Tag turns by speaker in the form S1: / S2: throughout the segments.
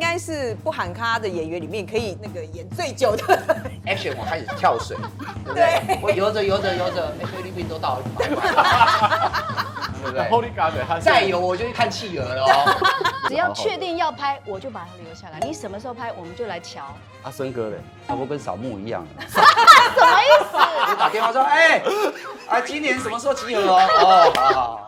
S1: 该是不喊咖的演员里面可以那个演最久的。
S2: action，我开始跳水，对不对？我游着游着游着，哎，菲律宾都到了，快快对不对？
S3: Holy God，他
S2: 再游我就去看企鹅了哦。
S4: 只要确定要拍，我就把它留下来。你什么时候拍，我们就来瞧。
S5: 阿森哥嘞，
S6: 差不多跟扫墓一样了。
S4: 什么意思？
S2: 我打电话说，哎，啊，今年什么时候集合哦？哦，好好好。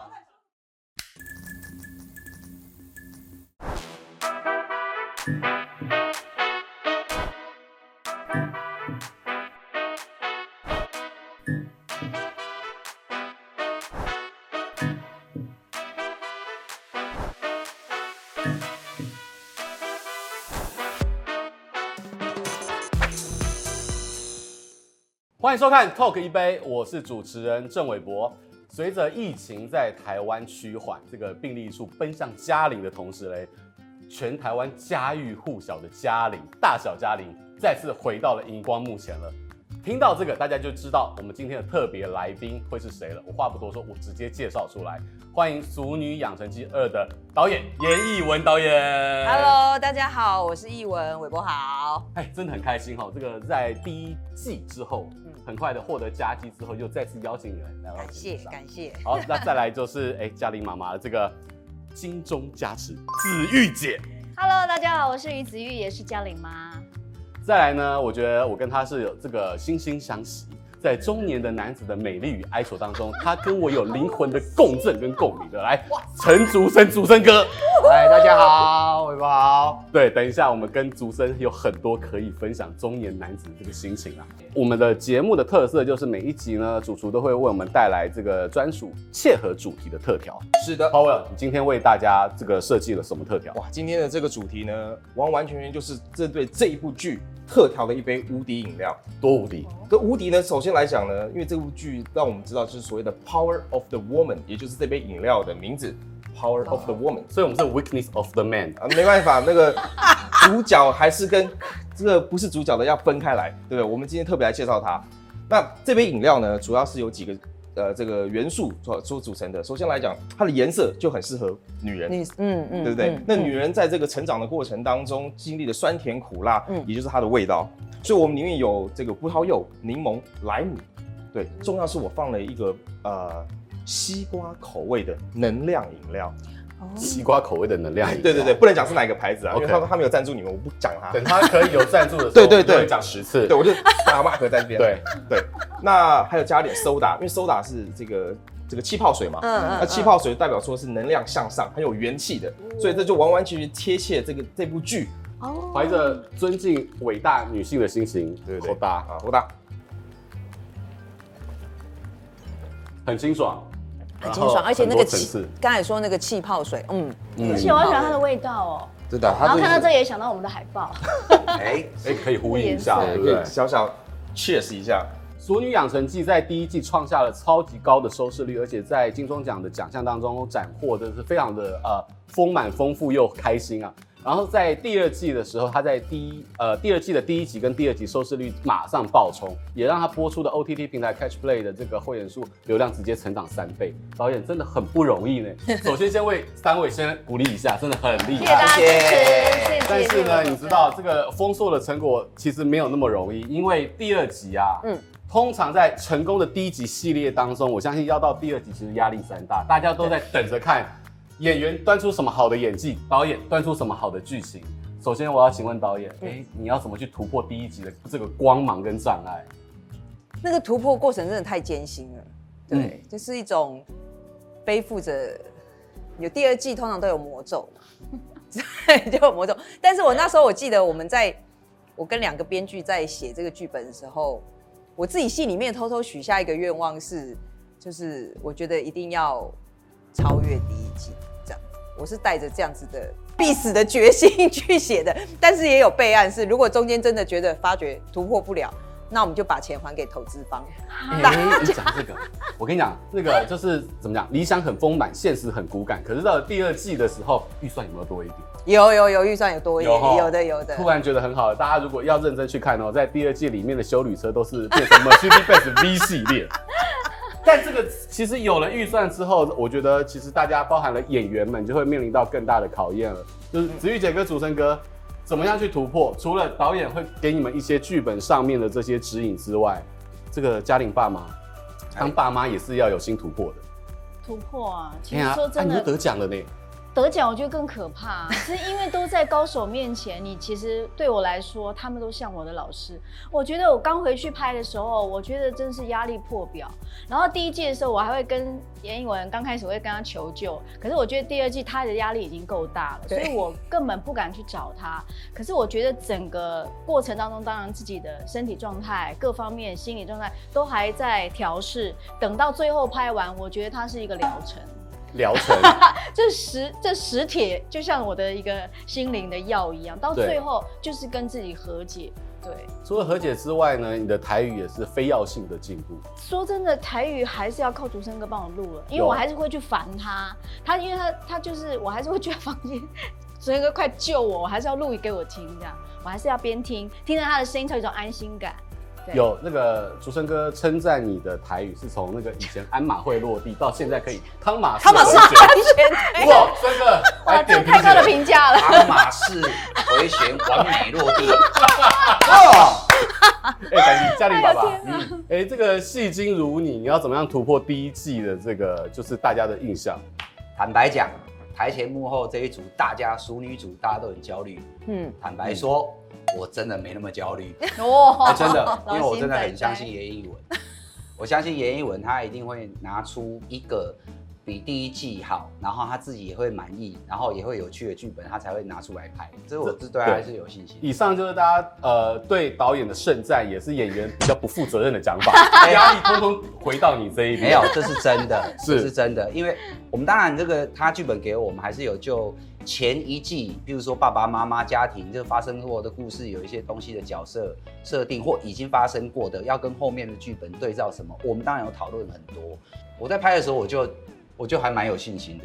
S3: 欢迎收看《Talk 一杯》，我是主持人郑伟博。随着疫情在台湾趋缓，这个病例数奔向嘉陵的同时嘞，全台湾家喻户晓的嘉陵大小嘉陵再次回到了荧光幕前了。听到这个，大家就知道我们今天的特别来宾会是谁了。我话不多说，我直接介绍出来，欢迎《俗女养成记二》的导演严艺文导演。
S1: Hello，大家好，我是艺文，韦伯好。
S3: 哎，真的很开心哈、这个在第一季之后，
S1: 嗯
S3: 很快的获得佳绩之后，又再次邀请你来到
S1: 感谢
S3: 节目上
S1: 感谢，
S3: 好，那再来就是哎，嘉玲妈妈的这个金钟加持子玉姐。
S4: Hello，大家好，我是于子玉，也是嘉玲妈。
S3: 再来呢，我觉得我跟她是有这个惺惺相惜，在中年的男子的美丽与哀愁当中，她跟我有灵魂的共振跟共鸣的。来，陈竹生，竹生哥。
S6: 哎，大家好，伟宝。
S3: 对，等一下，我们跟竹生有很多可以分享中年男子的这个心情啊。我们的节目的特色就是每一集呢，主厨都会为我们带来这个专属切合主题的特调。
S7: 是的，
S3: 包威尔，你今天为大家这个设计了什么特调？
S7: 哇，今天的这个主题呢，完完全全就是这对这一部剧特调的一杯无敌饮料。
S3: 多无敌！
S7: 这无敌呢，首先来讲呢，因为这部剧让我们知道就是所谓的 Power of the Woman，也就是这杯饮料的名字 Power of the Woman。
S3: 所以我们是 weakness of the man。
S7: 啊，没办法，那个主角还是跟这个不是主角的要分开来，对不对？我们今天特别来介绍它。那这杯饮料呢，主要是有几个呃这个元素所所组成的。首先来讲，它的颜色就很适合女人，
S1: 女，嗯嗯
S7: 对不对？
S1: 嗯
S7: 那女人在这个成长的过程当中，经历的酸甜苦辣，
S1: 嗯
S7: 也就是它的味道。所以我们里面有这个葡萄柚、柠檬、莱姆，对，重要是我放了一个呃西瓜口味的能量饮料。
S3: 西瓜口味的能量饮料
S7: 对对对，，不能讲是哪个牌子啊，因为
S3: OK
S7: 他他没有赞助你们，我不讲它。
S3: 等他可以有赞助的时候，
S7: 对对对
S3: 我们就会讲十次。
S7: 对，我就打马克在这边。
S3: 对，
S7: 对，那还有加点 soda，因为 soda 是这个这个气泡水嘛，
S1: 嗯嗯
S7: 那气泡水代表说是能量向上，很有元气的，所以这就完完全全贴切这个这部剧
S4: 哦
S3: 怀着尊敬伟大女性的心情，
S7: 对对对
S3: 好搭，
S7: 啊，我打
S3: 很清爽，
S1: 很清爽，而且那个
S3: 层
S1: 气
S3: 次，，
S1: 刚才说那个气泡水，嗯，
S4: 而且我好喜欢它的味道哦。
S6: 对的，
S4: 然
S6: 他
S4: 后看到
S6: 这
S4: 这也想到我们的海报，
S6: 哎，
S3: 哎，可以呼应一下，
S6: 对
S3: 对不
S7: 可
S3: 对
S7: 以？小小 cheers 一下，
S3: 《俗女养成记》在第一季创下了超级高的收视率，而且在金钟奖的奖项当中斩获的是非常的呃丰满、丰富又开心啊。然后在第二季的时候，它在第一呃第二季的第一集跟第二集收视率马上爆冲，也让它播出的 OTT 平台 Catch Play 的这个会员数流量直接成长三倍。导演真的很不容易呢。首先先为三位先鼓励一下，真的很厉
S4: 谢谢
S3: 害
S4: 大。家支持，谢谢。
S3: 但是呢，
S4: 谢谢
S3: 你知道这个丰硕的成果其实没有那么容易，因为第二集啊，
S1: 嗯
S3: 嗯，通常在成功的第一集系列当中，我相信要到第二集其实压力山大，大家都在等着看演员端出什么好的演技，导演端出什么好的剧情。首先，我要请问导演，哎、你要怎么去突破第一集的这个光芒跟障碍？
S1: 那个突破过程真的太艰辛了，对，就是一种背负着有第二季通常都有魔咒嘛，对，就有魔咒。但是我那时候我记得我们在我跟两个编剧在写这个剧本的时候，我自己心里面偷偷许下一个愿望是，就是我觉得一定要超越第一季这样。我是带着这样子的必死的决心去写的，但是也有备案是，如果中间真的觉得发觉突破不了，那我们就把钱还给投资方。
S3: 哎你讲这个，我跟你讲，那个就是怎么讲，理想很丰满，现实很骨感。可是到了第二季的时候，预算有没有多一点？
S1: 有有有，预算有多一点，
S3: 有哦
S1: 有的有的。
S3: 突然觉得很好了。大家如果要认真去看哦，在第二季里面的修旅车都是变成 Mercedes-Benz V 系 列。但这个其实有了预算之后，我觉得其实大家包含了演员们就会面临到更大的考验了。就是子玉姐跟主生哥，怎么样去突破？除了导演会给你们一些剧本上面的这些指引之外，这个家庭爸妈
S4: 哎
S3: 当爸妈也是要有新突破的。
S4: 突破啊！其
S3: 哎
S4: 实
S3: 呀
S4: 说
S3: 啊
S4: 真
S3: 你
S4: 的
S3: 都，得奖了呢。
S4: 得奖我觉得更可怕、 是因为都在高手面前，你其实对我来说，他们都像我的老师。我觉得我刚回去拍的时候，我觉得真是压力破表。然后第一季的时候，我还会跟严艺文刚开始我会跟他求救，可是我觉得第二季他的压力已经够大了，所
S1: 对
S4: 以我根本不敢去找他。可是我觉得整个过程当中，当然自己的身体状态、各方面心理状态都还在调试。等到最后拍完，我觉得它是一个疗程。
S3: 疗 程
S4: 这实这实铁就像我的一个心灵的药一样，到
S3: 对
S4: 最后就是跟自己和解。对，
S3: 除了和解之外呢，你的台语也是非要性的进步。
S4: 说真的，台语还是要靠竹生哥帮我录了，因为
S2: 啊
S3: 有
S4: 我还是会去烦他，他因为他他就是我还是会去他房间，竹生哥快救我，我还是要录给我听这样，我还是要边听，听着他的声音才有一种安心感。对
S3: 有那个竹生哥称赞你的台语是从那个以前鞍马会落地到现在可以汤马
S1: 他们是
S3: 回 旋
S1: 安全的，
S3: 哇，生哥
S4: 哇，
S2: 哎
S3: 来
S4: 啊这
S3: 点
S4: 太高的
S3: 评
S4: 评价了。
S2: 鞍马式回旋完美落地，
S3: 选，哎，感谢嘉玲爸爸
S4: 哎呀。天哪
S3: 嗯哎，这个戏精如你，你要怎么样突破第一季的这个就是大家的印象？
S2: 坦白讲，台前幕后这一组，大家熟女组大家都很焦虑。
S1: 嗯，
S2: 坦白说，我真的没那么焦虑，
S4: 哦
S2: 哎真的，因为我
S4: 心
S2: 真的
S4: 仔
S2: 很相
S4: 仔
S2: 信严艺文，我相信严艺文他一定会拿出一个比第一季好，然后他自己也会满意，然后也会有趣的剧本，他才会拿出来拍。这我是对他还是有信心。
S3: 以上就是大家呃对导演的盛赞，也是演员比较不负责任的讲法， 压力通通回到你这一边。
S2: 没 有，这是真的，
S3: 是
S2: 这是真的，因为我们当然这个他剧本给我们还是有就前一季，比如说爸爸妈妈家庭就发生过的故事，有一些东西的角色设定或已经发生过的，要跟后面的剧本对照什么，我们当然有讨论很多。我在拍的时候，我就我就还蛮有信心的，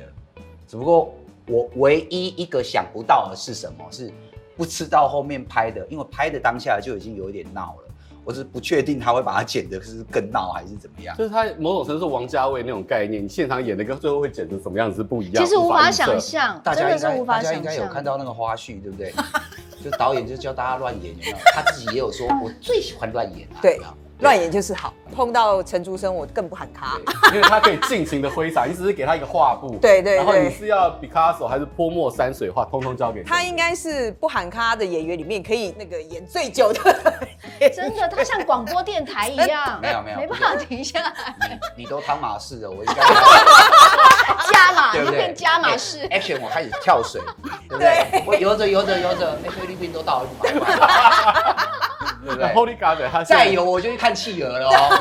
S2: 只不过我唯一一个想不到的是什么是不知道后面拍的，因为拍的当下就已经有一点闹了，我是不确定他会把它剪得是更闹还是怎么样。
S3: 就是他某种程度是王家卫那种概念，你现场演的跟最后会剪成什么样子是不一样，
S4: 其实无
S3: 预测
S4: 法想。象，
S2: 大
S4: 真
S2: 家
S4: 的
S2: 应
S4: 是
S2: 该
S4: 无
S2: 大
S4: 法
S2: 家
S4: 想
S2: 应该有看
S4: 象。
S2: 到那个花絮，对不 对？就导演就教大家乱演，有没有？他自己也有说，我最喜欢乱演啊，
S1: 对
S2: 有没有
S1: 乱演就是好。碰到陈竹生，我更不喊他。
S2: 对
S3: 因为他可以尽情的挥洒，你只是给他一个画布，
S1: 对对
S3: 然后
S1: 对
S3: 你是要 Picasso 还是泼墨山水画，通通交给你
S1: 他应该是不喊咖的演员里面可以那个演最久的演员。
S4: 真的，他像广播电台一 样，
S2: 没有没有
S4: 没办法停下来，
S2: 你你都汤马士了，我 应该
S4: 加 码，
S2: 对
S4: 啊你
S2: 不
S4: 就
S2: 对？
S4: 变加码式。
S2: 哎 action，我开始跳水，对不对？我游着游着游着，哎，菲律宾都到了，怎么办 对不
S3: 那
S2: 对？
S3: Holy God，他现在
S2: 再游我就去看企鹅了哦。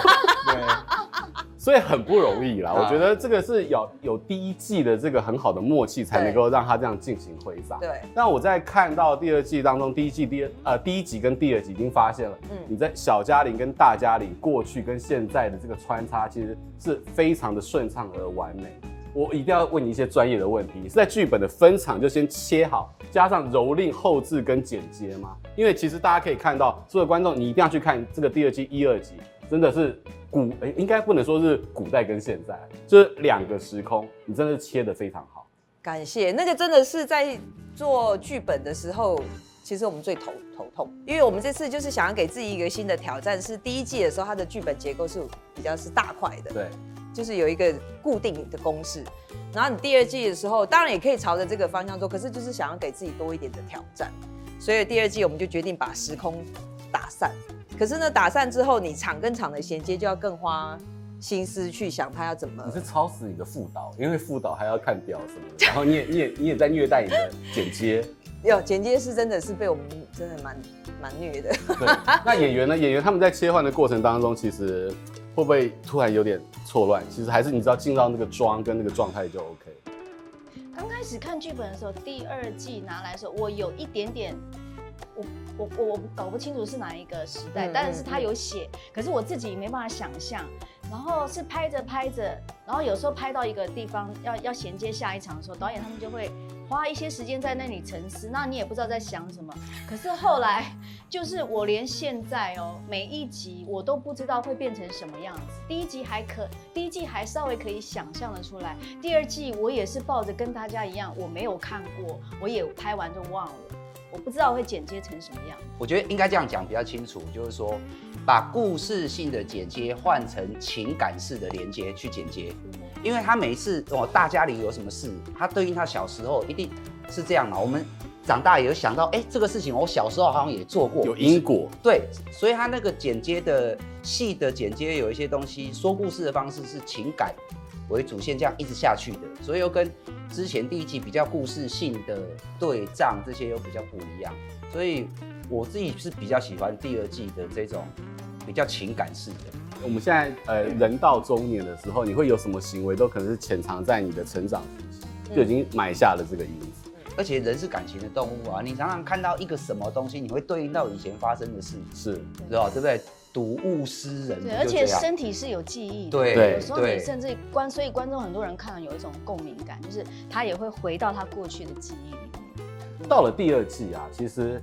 S3: 所以很不容易啦。
S2: 啊
S1: 嗯
S3: 我觉得这个是有有第一季的这个很好的默契，才
S1: 对
S3: 能够让他这样进行挥洒。
S1: 对。
S3: 那我在看到第二季当中，第一季第二呃第一集跟第二集已经发现了，
S1: 嗯
S3: 你在小嘉玲跟大嘉玲过去跟现在的这个穿插，其实是非常的顺畅而完美。我一定要问你一些专业的问题，你是在剧本的分场就先切好，加上蹂躏后置跟剪接吗？因为其实大家可以看到，所有观众你一定要去看这个第二季一二集，真的是古，诶应该不能说是古代跟现在，就是两个时空，你真的是切的非常好。
S1: 感谢，那个真的是在做剧本的时候，其实我们最头头痛，因为我们这次就是想要给自己一个新的挑战。是第一季的时候，它的剧本结构是比较是大块的，
S3: 对，
S1: 就是有一个固定的公式。然后你第二季的时候，当然也可以朝着这个方向做，可是就是想要给自己多一点的挑战。所以第二季我们就决定把时空打散。可是呢，打散之后，你场跟场的衔接就要更花心思去想它要怎么
S3: 你是超死你的副导，因为副导还要看表什么的，然后你也你也你也在虐待你的剪接。
S1: 有剪接师真的是被我们真的蛮蛮虐 的，
S3: 对，那演员呢？演员他们在切换的过程当中，其实会不会突然有点错乱？其实还是你只要进到那个妆跟那个状态就 OK。
S4: 刚开始看剧本的时候，第二季拿来的时候，我有一点点，我我我我搞不清楚是哪一个时代，
S1: 嗯
S4: 但是他有写，可是我自己没办法想象。然后是拍着拍着，然后有时候拍到一个地方要要衔接下一场的时候，导演他们就会花一些时间在那里沉思，那你也不知道在想什么。可是后来就是我连现在哦，每一集我都不知道会变成什么样子。第一集还可，第一季还稍微可以想象的出来，第二季我也是抱着跟大家一样，我没有看过，我也拍完就忘了。我不知道我会剪接成什么样。
S2: 我觉得应该这样讲比较清楚，就是说，把故事性的剪接换成情感式的连接去剪接，因为他每一次哦大家里有什么事，他对应他小时候一定是这样嘛。我们长大也有想到，哎、这个事情我小时候好像也做过，
S3: 有因果，
S2: 对，所以他那个剪接的戏的剪接有一些东西，说故事的方式是情感为主线，这样一直下去的，所以又跟之前第一集比较故事性的对仗这些又比较不一样，所以我自己是比较喜欢第二季的这种比较情感式的。
S3: 我们现在呃人到中年的时候，你会有什么行为都可能是潜藏在你的成长时期就已经埋下了这个因子。
S2: 而且人是感情的动物啊，你常常看到一个什么东西，你会对应到以前发生的事，
S3: 是，
S2: 知道对不对？睹物思人，
S4: 对，而且
S2: 是
S4: 身体是有记忆的。
S2: 对
S3: 对
S4: 有时候你
S2: 对
S4: 甚至观，所以观众很多人看了有一种共鸣感，就是他也会回到他过去的记忆里面。
S3: 到了第二季啊，其实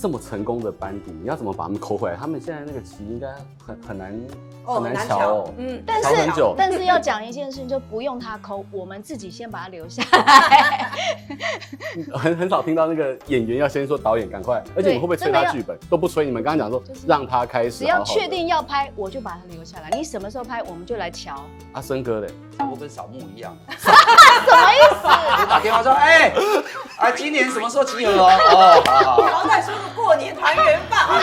S3: 这么成功的班底，你要怎么把他们抠回来？他们现在那个棋应该很很难很难瞧哦。
S1: 嗯，
S4: 但
S3: 是很久
S4: 但是要讲一件事，就不用他抠，我们自己先把它留下 来。哦
S3: 很很少听到那个演员要先说导演赶快，而且你们会不会催
S4: 真的
S3: 他
S4: 要
S3: 剧本？都不催，你们刚刚讲说
S4: 就是
S3: 让他开始，
S4: 只要
S3: 好好地
S4: 确定要拍，我就把它留下来。你什么时候拍，我们就来瞧。
S3: 啊，森哥嘞，
S2: 差不多跟扫墓一样。
S4: 什么意 思？
S2: 打电话说，哎、啊，今年什么时候集合哦？哦，好好好
S1: 好歹说个过年团圆饭，好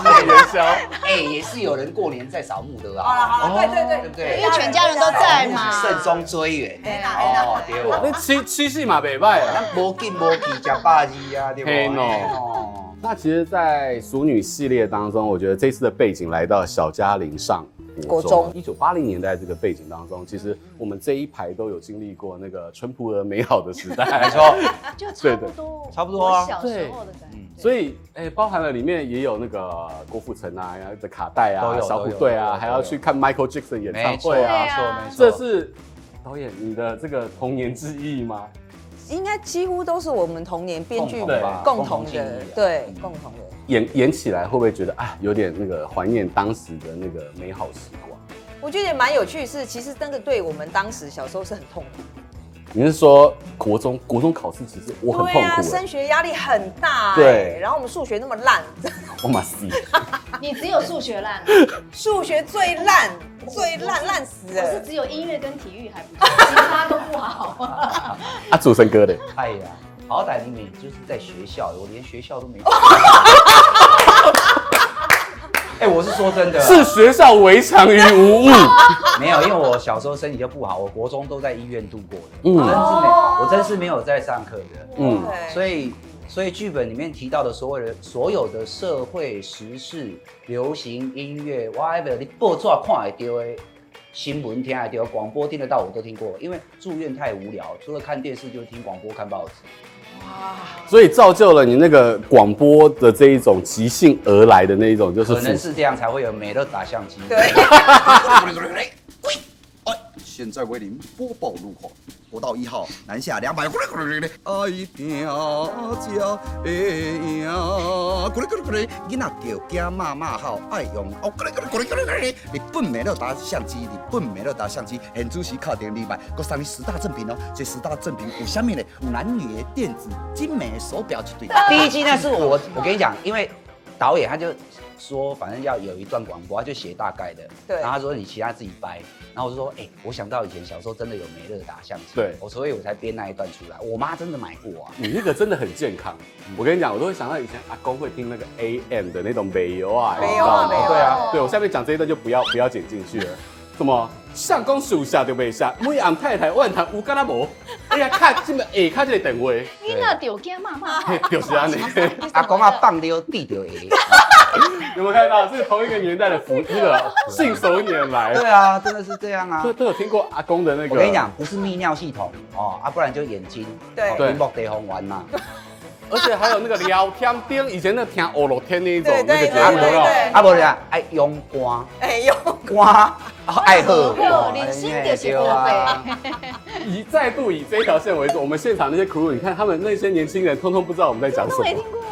S1: 不好？
S3: 是元宵，
S2: 哎、也是有人过年在扫墓的
S1: 好了
S2: 啊，
S1: 好了，对对对，
S2: 对不对哦
S4: 因为全家人都在嘛
S2: 慎终追远。
S1: 没啦没啦
S2: 哦，对哦，
S3: 那七七系马北拜啊。
S2: 咱无进无去，吃百二啊，对不？
S3: 嘿喏
S2: 哎喏
S3: 那其实，在熟女系列当中，我觉得这次的背景来到小嘉玲上
S1: 国中
S3: 一九八零年代这个背景当中，其实我们这一排都有经历过那个淳朴而美好的时 代，没错。
S4: 就差不多，
S2: 差不多啊嗯
S4: 我小时候的感觉。对
S3: 所以，哎、包含了里面也有那个郭富城啊然后的卡带
S2: 都
S3: 啊、
S2: 有
S3: 小虎
S2: 都有
S3: 队
S2: 都
S3: 啊，
S2: 有
S3: 还要去看 Michael Jackson 演唱
S2: 没错，
S3: 会
S2: 没
S3: 啊。
S2: 错，没错。
S3: 这是导演你的这个童年记忆吗？
S1: 应该几乎都是我们童年编剧
S2: 共
S3: 同
S2: 吧
S1: 共
S2: 共同
S1: 同
S2: 经
S1: 的
S2: 历啊，
S1: 对
S2: 嗯，
S1: 共同的。
S3: 演演起来会不会觉得啊，有点那个怀念当时的那个美好时光？
S1: 我觉得也蛮有趣的是，其实那个对我们当时小时候是很痛苦，
S3: 你是说国中国中考试，其实我很
S1: 对
S3: 痛
S1: 啊，
S3: 苦、
S1: 升
S3: 欸。
S1: 学压力很大、哎
S3: 对
S1: 然后我们数学那么烂，
S3: 我马西，
S4: 你只有数学烂，
S1: 数学最烂，最烂烂死
S4: 我是
S1: 了。
S4: 只有音乐跟体育还不 错，其他都不好。
S3: 啊，主神 哥的，
S2: 哎呀，好歹你每就是在学校，我连学校都没。 哎、我是说真的啊，
S3: 是学校围墙于无物。
S2: 没有，因为我小时候身体就不好，我国中都在医院度过的，
S3: 嗯
S2: 我真是没，我真是没有在上课的。
S3: 嗯，
S1: 对
S2: 所以，所以剧本里面提到的所有的所有的社会时事、流行音乐，whatever，你报纸看得到的，新闻听得到，广播听得到，我都听过。因为住院太无聊，除了看电视就是听广播、看报纸。
S3: 所以造就了你那个广播的这一种即兴而来的那一种，就是
S2: 可能
S3: 主
S2: 是这样才会有美乐打相机。
S1: 对，
S5: 现在为您播报路况，国道一号南下两百，咕噜咕噜咕噜，哎定家哎呀，咕噜咕噜咕噜，囡仔着惊骂骂号，爱用哦咕噜咕噜咕噜咕噜咕噜，日本美乐达相机，日本美乐达相机，现主席靠电力买，我送你十大赠品哦，这十大赠品有啥物呢？有男女的电子精美手表一对。
S2: 第一季那是我，我跟你讲，因为导演他就说，反正要有一段广播，他就写大概的。
S1: 对
S2: 然后他说你其他自己掰，然后我就说，哎、我想到以前小时候真的有梅乐达相机，
S3: 对
S2: 我所以我才编那一段出来。我妈真的买过 啊，
S3: 你那个真的很健康。我跟你讲，我都会想到以前阿公会听那个 AM 的那种美油啊，
S1: 美油啊
S4: 哦
S3: 你知道吗
S1: 美油啊
S3: 对啊，对我下面讲这一段就不要不要剪进去了。什么相公属下就被下，每暗太太万谈有干那无，哎呀，看这么哎，看这个等位，
S4: 你那丢给骂骂
S3: 嘿
S4: 号，
S3: 就是安尼。
S2: 阿公啊棒溜地丢爷。
S3: 有没有看到？这是同一个年代的福那 个信手拈来，
S2: 对啊，真的是这样 啊
S3: 都。都有听过阿公的那个。
S2: 我跟你，讲，不是泌尿系统哦，啊，不然就眼睛，
S1: 对
S2: 哦
S3: 对
S2: 你目得红丸嘛。
S3: 而且还有那个聊天钉，以前那听欧罗天那一种
S1: 对
S3: 那
S1: 对
S3: 个节
S1: 对
S3: 目有没有
S1: 对，
S2: 啊，不然爱用肝，
S1: 哎呦，
S2: 肝 爱喝
S4: 好，人生就是
S2: 对
S4: 浪
S2: 啊
S4: 费。
S3: 以再度以这一条线为主，我们现场那些 crew，你看他们那些年轻人，通通不知道我们在讲
S4: 我
S3: 什
S4: 都
S3: 么
S4: 没。听过。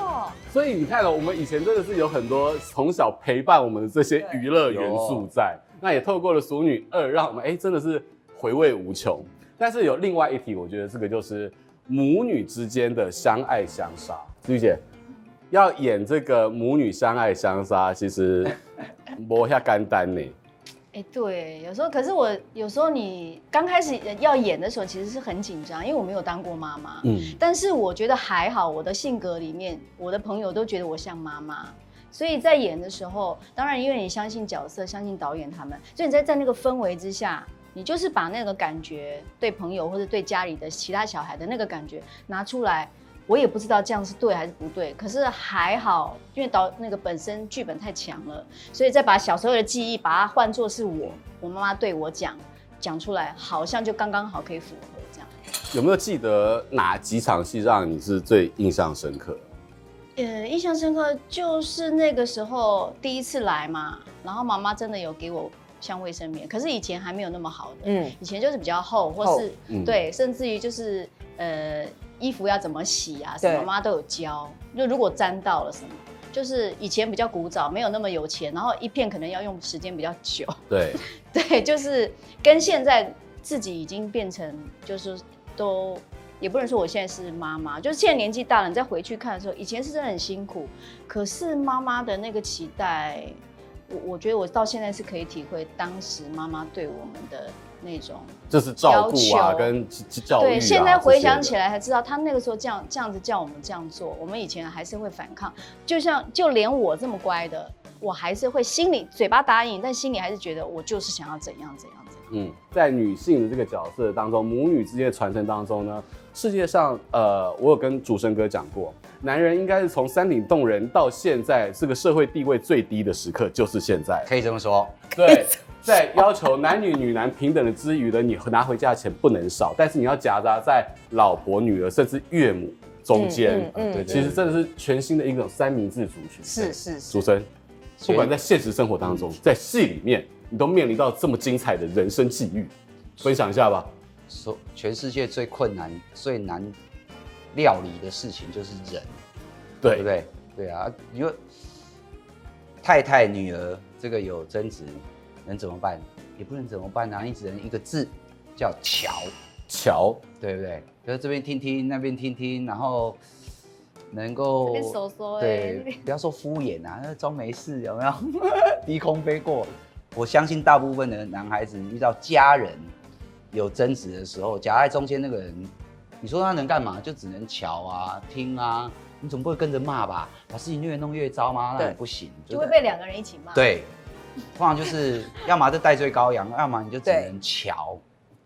S3: 所以你看了，我们以前真的是有很多从小陪伴我们的这些娱乐元素在，那也透过了《熟女二》，让我们哎、真的是回味无穷。但是有另外一题，我觉得这个就是母女之间的相爱相杀。朱姐要演这个母女相爱相杀，其实没下干单呢。
S4: 哎，对，有时候可是我有时候你刚开始要演的时候，其实是很紧张，因为我没有当过妈妈。
S3: 嗯，
S4: 但是我觉得还好，我的性格里面，我的朋友都觉得我像妈妈，所以在演的时候，当然因为你相信角色，相信导演他们，所以你在在那个氛围之下，你就是把那个感觉对朋友或者对家里的其他小孩的那个感觉拿出来。我也不知道这样是对还是不对，可是还好，因为导那个本身剧本太强了，所以再把小时候的记忆把它换作是我，我妈妈对我讲讲出来，好像就刚刚好可以符合这样。
S3: 有没有记得哪几场戏让你是最印象深刻？
S4: 呃，印象深刻就是那个时候第一次来嘛，然后妈妈真的有给我像卫生棉，可是以前还没有那么好的，
S1: 嗯，
S4: 以前就是比较厚，或
S1: 厚
S4: 是、
S3: 嗯
S4: 对，甚至于就是呃衣服要怎么洗啊，什
S1: 对
S4: 么妈妈都有教，就如果沾到了什么。就是以前比较古早，没有那么有钱，然后一片可能要用时间比较久，
S3: 对，
S4: 对，就是跟现在自己已经变成，就是都也不能说我现在是妈妈，就是现在年纪大了，你再回去看的时候，以前是真的很辛苦，可是妈妈的那个期待，我我觉得我到现在是可以体会当时妈妈对我们的那种。
S3: 就是照顾啊，
S4: 要求
S3: 跟教育、啊。
S4: 对，现在回想起
S3: 来，
S4: 来才知道，她那个时候这样这样子叫我们这样做，我们以前还是会反抗，就像就连我这么乖的，我还是会心里嘴巴答应，但心里还是觉得我就是想要怎样怎样怎样。
S3: 嗯，在女性的这个角色当中，母女之间的传承当中呢，世界上呃，我有跟主生哥讲过，男人应该是从山顶洞人到现在这个社会地位最低的时刻，就是现在。
S2: 可以这么说。
S3: 对， 在要求男女女男平等的之余呢，你拿回家的钱不能少，但是你要夹杂在老婆、女儿甚至岳母中间。
S1: 嗯嗯嗯
S3: 对，其实真的是全新的一种三明治族群。
S1: 是是是
S3: 主，持人，不管在现实生活
S2: 嗯
S3: 当中，在戏里面，你都面临到这么精彩的人生际遇，分享一下吧。
S2: 说全世界最困难、最难料理的事情就是人，对
S3: 对
S2: 不对？对啊，因为太太、女儿这个有争执，能怎么办？也不能怎么办啊，你只能一个字叫桥，
S3: 桥，
S2: 对不对？就是这边听听，那边听听，然后能
S4: 这
S2: 够
S4: 边手手
S2: 哦
S4: 哎那
S2: 对
S4: 边，
S2: 不要说敷衍啊， 那装没事有没 有？低空飞过。我相信大部分的男孩子遇到家人有争执的时候，夹在中间那个人，你说他能干嘛？就只能瞧啊、听啊，你总不会跟着骂吧？把事情越弄越糟吗？那
S1: 对
S2: 也不行，
S4: 就会被两个人一起骂。，
S2: 对，通常就是要么就戴罪羔羊，要么你就只
S1: 对
S2: 能瞧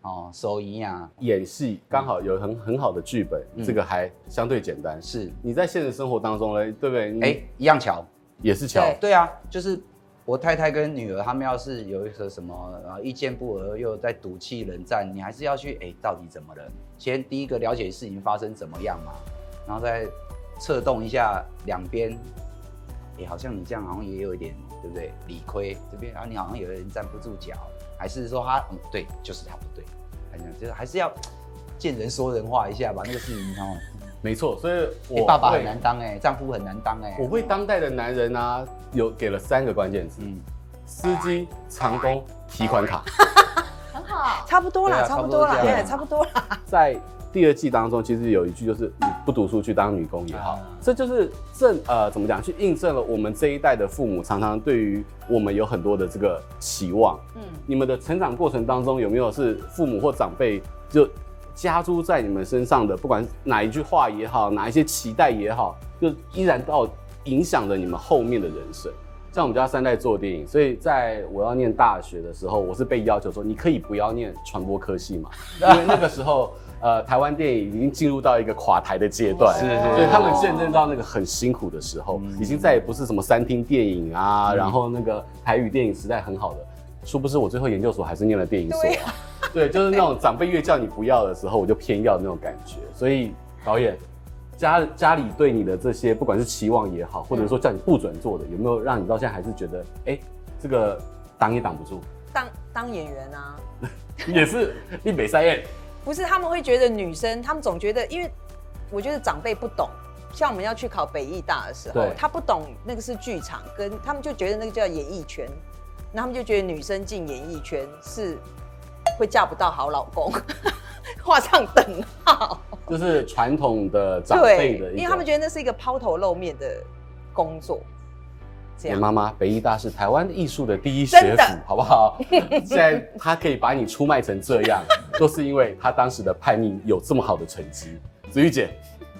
S2: 哦，手淫啊，
S3: 演戏刚好有很很好的剧本，
S2: 嗯
S3: 这个还相对简单。
S2: 是
S3: 你在现实生活当中呢，对不对？你
S2: 哎、一样瞧。
S3: 也是桥。
S1: 对
S2: 对啊，就是我太太跟女儿，他们要是有一个什么呃意见不合，又在赌气冷战，你还是要去哎、到底怎么了？先第一个了解事情发生怎么样嘛，然后再策动一下两边，哎、好像你这样好像也有一点对不对？理亏这边啊，你好像有点站不住脚，还是说他嗯对，就是他不对，哎还是就是还是要见人说人话一下吧，那个事情哦，
S3: 没错，所以
S2: 哎
S3: 我、
S2: 爸爸很难。当哎、丈夫很难当哎、
S3: 我为当代的男人啊，有给了三个关键词：
S2: 嗯。
S3: 司机、长工、提款卡。
S4: 很好。
S1: 差不多啦，
S2: 对啊
S1: 差不多啦，
S2: 差不多这样
S1: 哎，差不多啦，
S3: 在第二季当中，其实有一句就是“你不读书去当女工也好
S2: 啊”，
S3: 这就是正呃怎么讲，去印证了我们这一代的父母常常对于我们有很多的这个期望。
S4: 嗯，
S3: 你们的成长过程当中有没有是父母或长辈就加诸在你们身上的，不管是哪一句话也好，哪一些期待也好，就依然到影响着你们后面的人生。像我们家三代做电影，所以在我要念大学的时候，我是被要求说，你可以不要念传播科系嘛，因为那个时候， 呃，台湾电影已经进入到一个垮台的阶段，
S2: 是是
S3: 所以他们见证到那个很辛苦的时候，已经再也不是什么三厅电影啊，然后那个台语电影时代很好的，殊不知我最后研究所还是念了电影所、
S1: 对
S3: 啊， 对，就是那种长辈越叫你不要的时候，我就偏要的那种感觉。所以导演，家家里对你的这些，不管是期望也好，或者说叫你不准做的，有没有让你到现在还是觉得，哎、这个挡也挡不住，
S1: 当当演员啊。
S3: 也是立北三燕，
S1: 不是，他们会觉得女生，他们总觉得，因为我觉得长辈不懂，像我们要去考北艺大的时候
S3: 对，
S1: 他不懂那个是剧场，跟他们就觉得那个叫演艺圈，那他们就觉得女生进演艺 圈是会嫁不到好老公，画上等号。
S3: 就是传统的长辈
S1: 对
S3: 的一，个，
S1: 因为他们觉得那是一个抛头露面的工作，这
S3: 我
S1: 样。
S3: 妈妈北医大是台湾艺术的第一学
S1: 真
S3: 府
S1: 的，
S3: 好不好？现在她可以把你出卖成这 样，都是因为她当时的叛逆有这么好的成绩。子玉姐，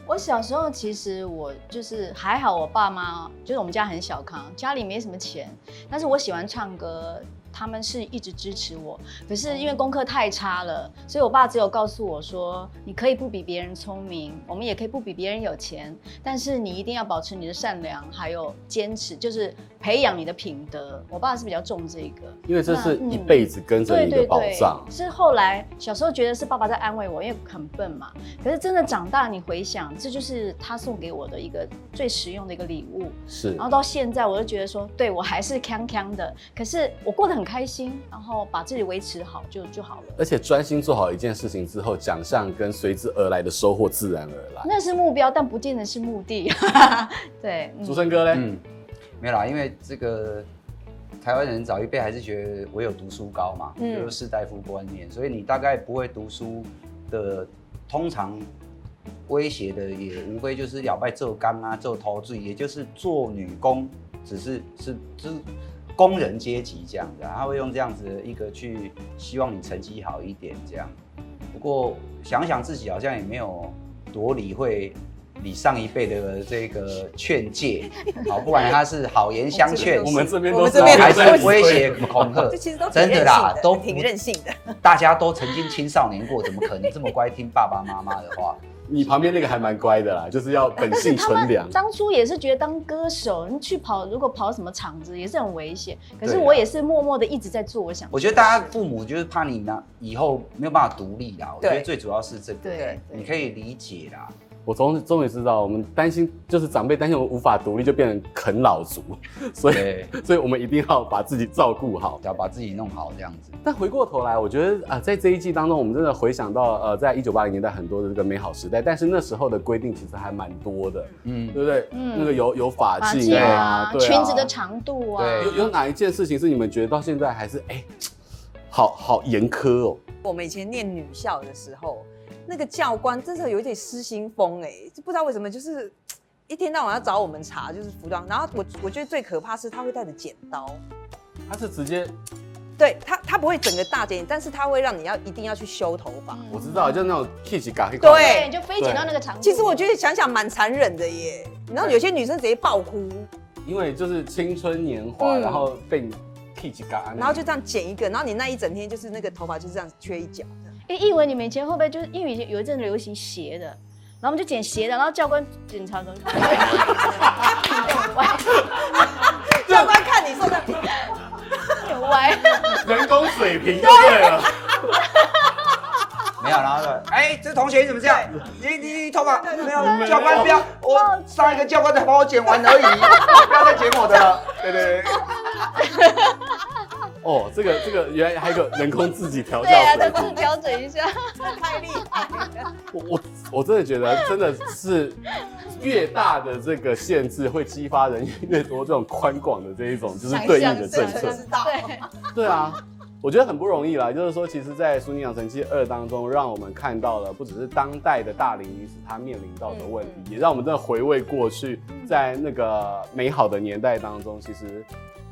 S4: 我小时候其实我就是还好，我爸妈就是我们家很小康，家里没什么钱，但是我喜欢唱歌，他们是一直支持我。可是因为功课太差了，所以我爸只有告诉我说，你可以不比别人聪明，我们也可以不比别人有钱，但是你一定要保持你的善良，还有坚持，就是培养你的品德。我爸是比较重这个。
S3: 因为这是
S4: 那嗯
S3: 一辈子跟着
S4: 对
S3: 你的
S4: 对
S3: 宝
S4: 对，
S3: 藏，
S4: 是后来小时候觉得是爸爸在安慰我，因为很笨嘛。可是真的长大，你回想，这就是他送给我的一个最实用的一个礼物。
S3: 是
S4: 然后到现在，我就觉得说，对我还是康康的，可是我过得很开心，然后把自己维持好就就好了。
S3: 而且专心做好一件事情之后，奖项跟随之而来的收获自然而来。
S4: 那是目标，但不见得是目的。 对，嗯
S3: 竹生哥嘞，
S2: 嗯，没有啦，因为这个台湾人早一辈还是觉得唯有读书高嘛，
S1: 嗯
S2: 就是士大夫观念，所以你大概不会读书的，通常威胁的也无非就是要拜做工啊、做头罪，也就是做女工，只是是是工人阶级这样子啊、他会用这样子的一个去希望你成绩好一点这样。不过想想自己好像也没有多理会你上一辈的这个劝诫，好，不管他是好言相劝，
S3: 我们这边
S1: 我
S3: 都
S1: 们
S3: 是
S1: 这边
S2: 还
S1: 都
S2: 是威胁恐吓
S1: 这，其实都挺
S2: 真的
S1: 任性
S2: 啦
S1: 的，，
S2: 都
S1: 挺
S2: 不
S1: 任性的。
S2: 大家都曾经青少年过，怎么可能这么乖听爸爸妈妈的话？
S3: 你旁边那个还蛮乖的啦，就是要本
S4: 但是
S3: 性
S4: 嗯哎他
S3: 纯良
S4: 们。当初也是觉得当歌手，你去跑如果跑什么场子也是很危险。可是
S2: 对啊
S4: 我也是默默的一直在做我想做
S2: 我
S4: 的事。
S2: 觉得大家父母就是怕你呢以后没有办法独立啦。我觉得
S1: 对
S2: 最主要是这个，
S4: 对对
S2: 你可以理解啦。
S3: 我终终于知道，我们担心就是长辈担心我们无法独立，就变成啃老族，所以
S2: 对，
S3: 所以我们一定要把自己照顾好。
S2: 要把自己弄好这样子。
S3: 但回过头来，我觉得啊、呃在这一季当中，我们真的回想到，呃，在一九八零年代很多的这个美好时代，但是那时候的规定其实还蛮多的，
S2: 嗯，
S3: 对不对？
S4: 嗯
S3: 那个有有法
S4: 发
S3: 禁
S4: 髻
S3: 啊，
S4: 啊，
S3: 对啊
S4: 裙子的长度啊，
S2: 对
S3: 有有哪一件事情是你们觉得到现在还是哎，好好严苛哦？
S1: 我们以前念女校的时候，那个教官真的有一点失心疯哎、就不知道为什么，就是嘖一天到晚要找我们查，就是服装。然后我我觉得最可怕是他会带着剪刀，
S3: 他是直接
S1: 对他他不会整个大剪，但是他会让你要一定要去修头发。
S4: 嗯
S3: 我知道，就是那种 kiss 嘎黑
S1: 对
S4: 对，就非剪到那个长度。
S1: 其实我觉得想想蛮残忍的耶，你知道有些女生直接爆哭，
S3: 因为就是青春年华，
S1: 嗯
S3: 然后被你 kiss 嘎，
S1: 然后就这样剪一个，然后你那一整天就是那个头发就是这样缺一角。
S4: 哎，艺文，你们以前会不会就是因为以前有一阵流行斜的，然后我们就剪斜的，然后教官检查的时候， 很歪，
S1: 教官看你说的，
S4: 很歪。
S3: 人工水平就对了。
S2: 没有，然后就哎，这同学你怎么这样？你你你头发没有？
S3: 对
S2: 教官不要，我上一个教官才帮我剪完而已，不要再剪我的了。对对对，
S3: 哦，这个这个原来还有一个人工自己调教
S4: 对啊，
S3: 水
S4: 再
S3: 平
S4: 自己调整一下。
S1: 太厉害了。
S3: 我我我真的觉得，真的是越大的这个限制，会激发人越多这种宽广的这一种就是对应的政
S1: 想象
S3: 策
S1: 真。知道
S4: 对，
S3: 对啊，我觉得很不容易啦。就是说，其实，在《苏宁养成记二》当中，让我们看到了不只是当代的大龄女子她面临到的问题，也让我们真的回味过去，在那个美好的年代当中，其实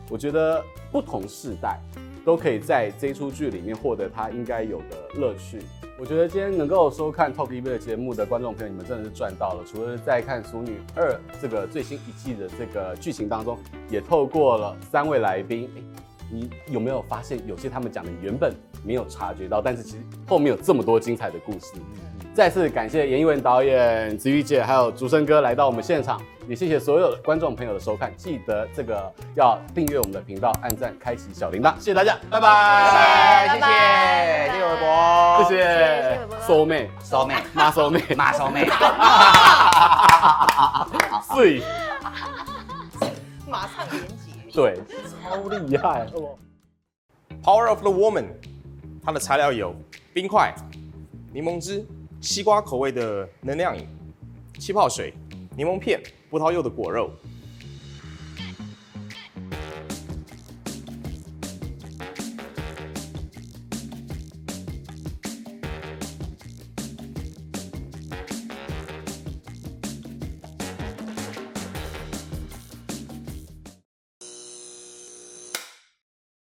S3: 我觉得不同世代都可以在这一出剧里面获得她应该有的乐趣。我觉得今天能够收看 Talk EB 的节目的观众朋友，你们真的是赚到了。除了在看《俗女二》这个最新一季的这个剧情当中，也透过了三位来宾，诶你有没有发现有些他们讲的你原本没有察觉到，但是其实后面有这么多精彩的故事？再次感谢严艺文导演、子瑜姐还有竹生哥来到我们现场，也谢谢所有的观众朋友的收看，记得这个要订阅我们的频道、按赞、开启小铃铛，谢谢大家，拜拜，
S2: 拜拜，谢谢谢谢微博，
S3: 谢谢
S4: 谢伯伯
S3: 收妹，
S2: 骚妹，
S3: 妈收妹，
S2: 马骚妹。
S3: 碎，
S1: 马上连结。
S3: 对，超厉害，好不好
S8: Power of the Woman，它的材料有冰块、柠檬汁、西瓜口味的能量饮、气泡水、柠檬片、葡萄柚的果肉、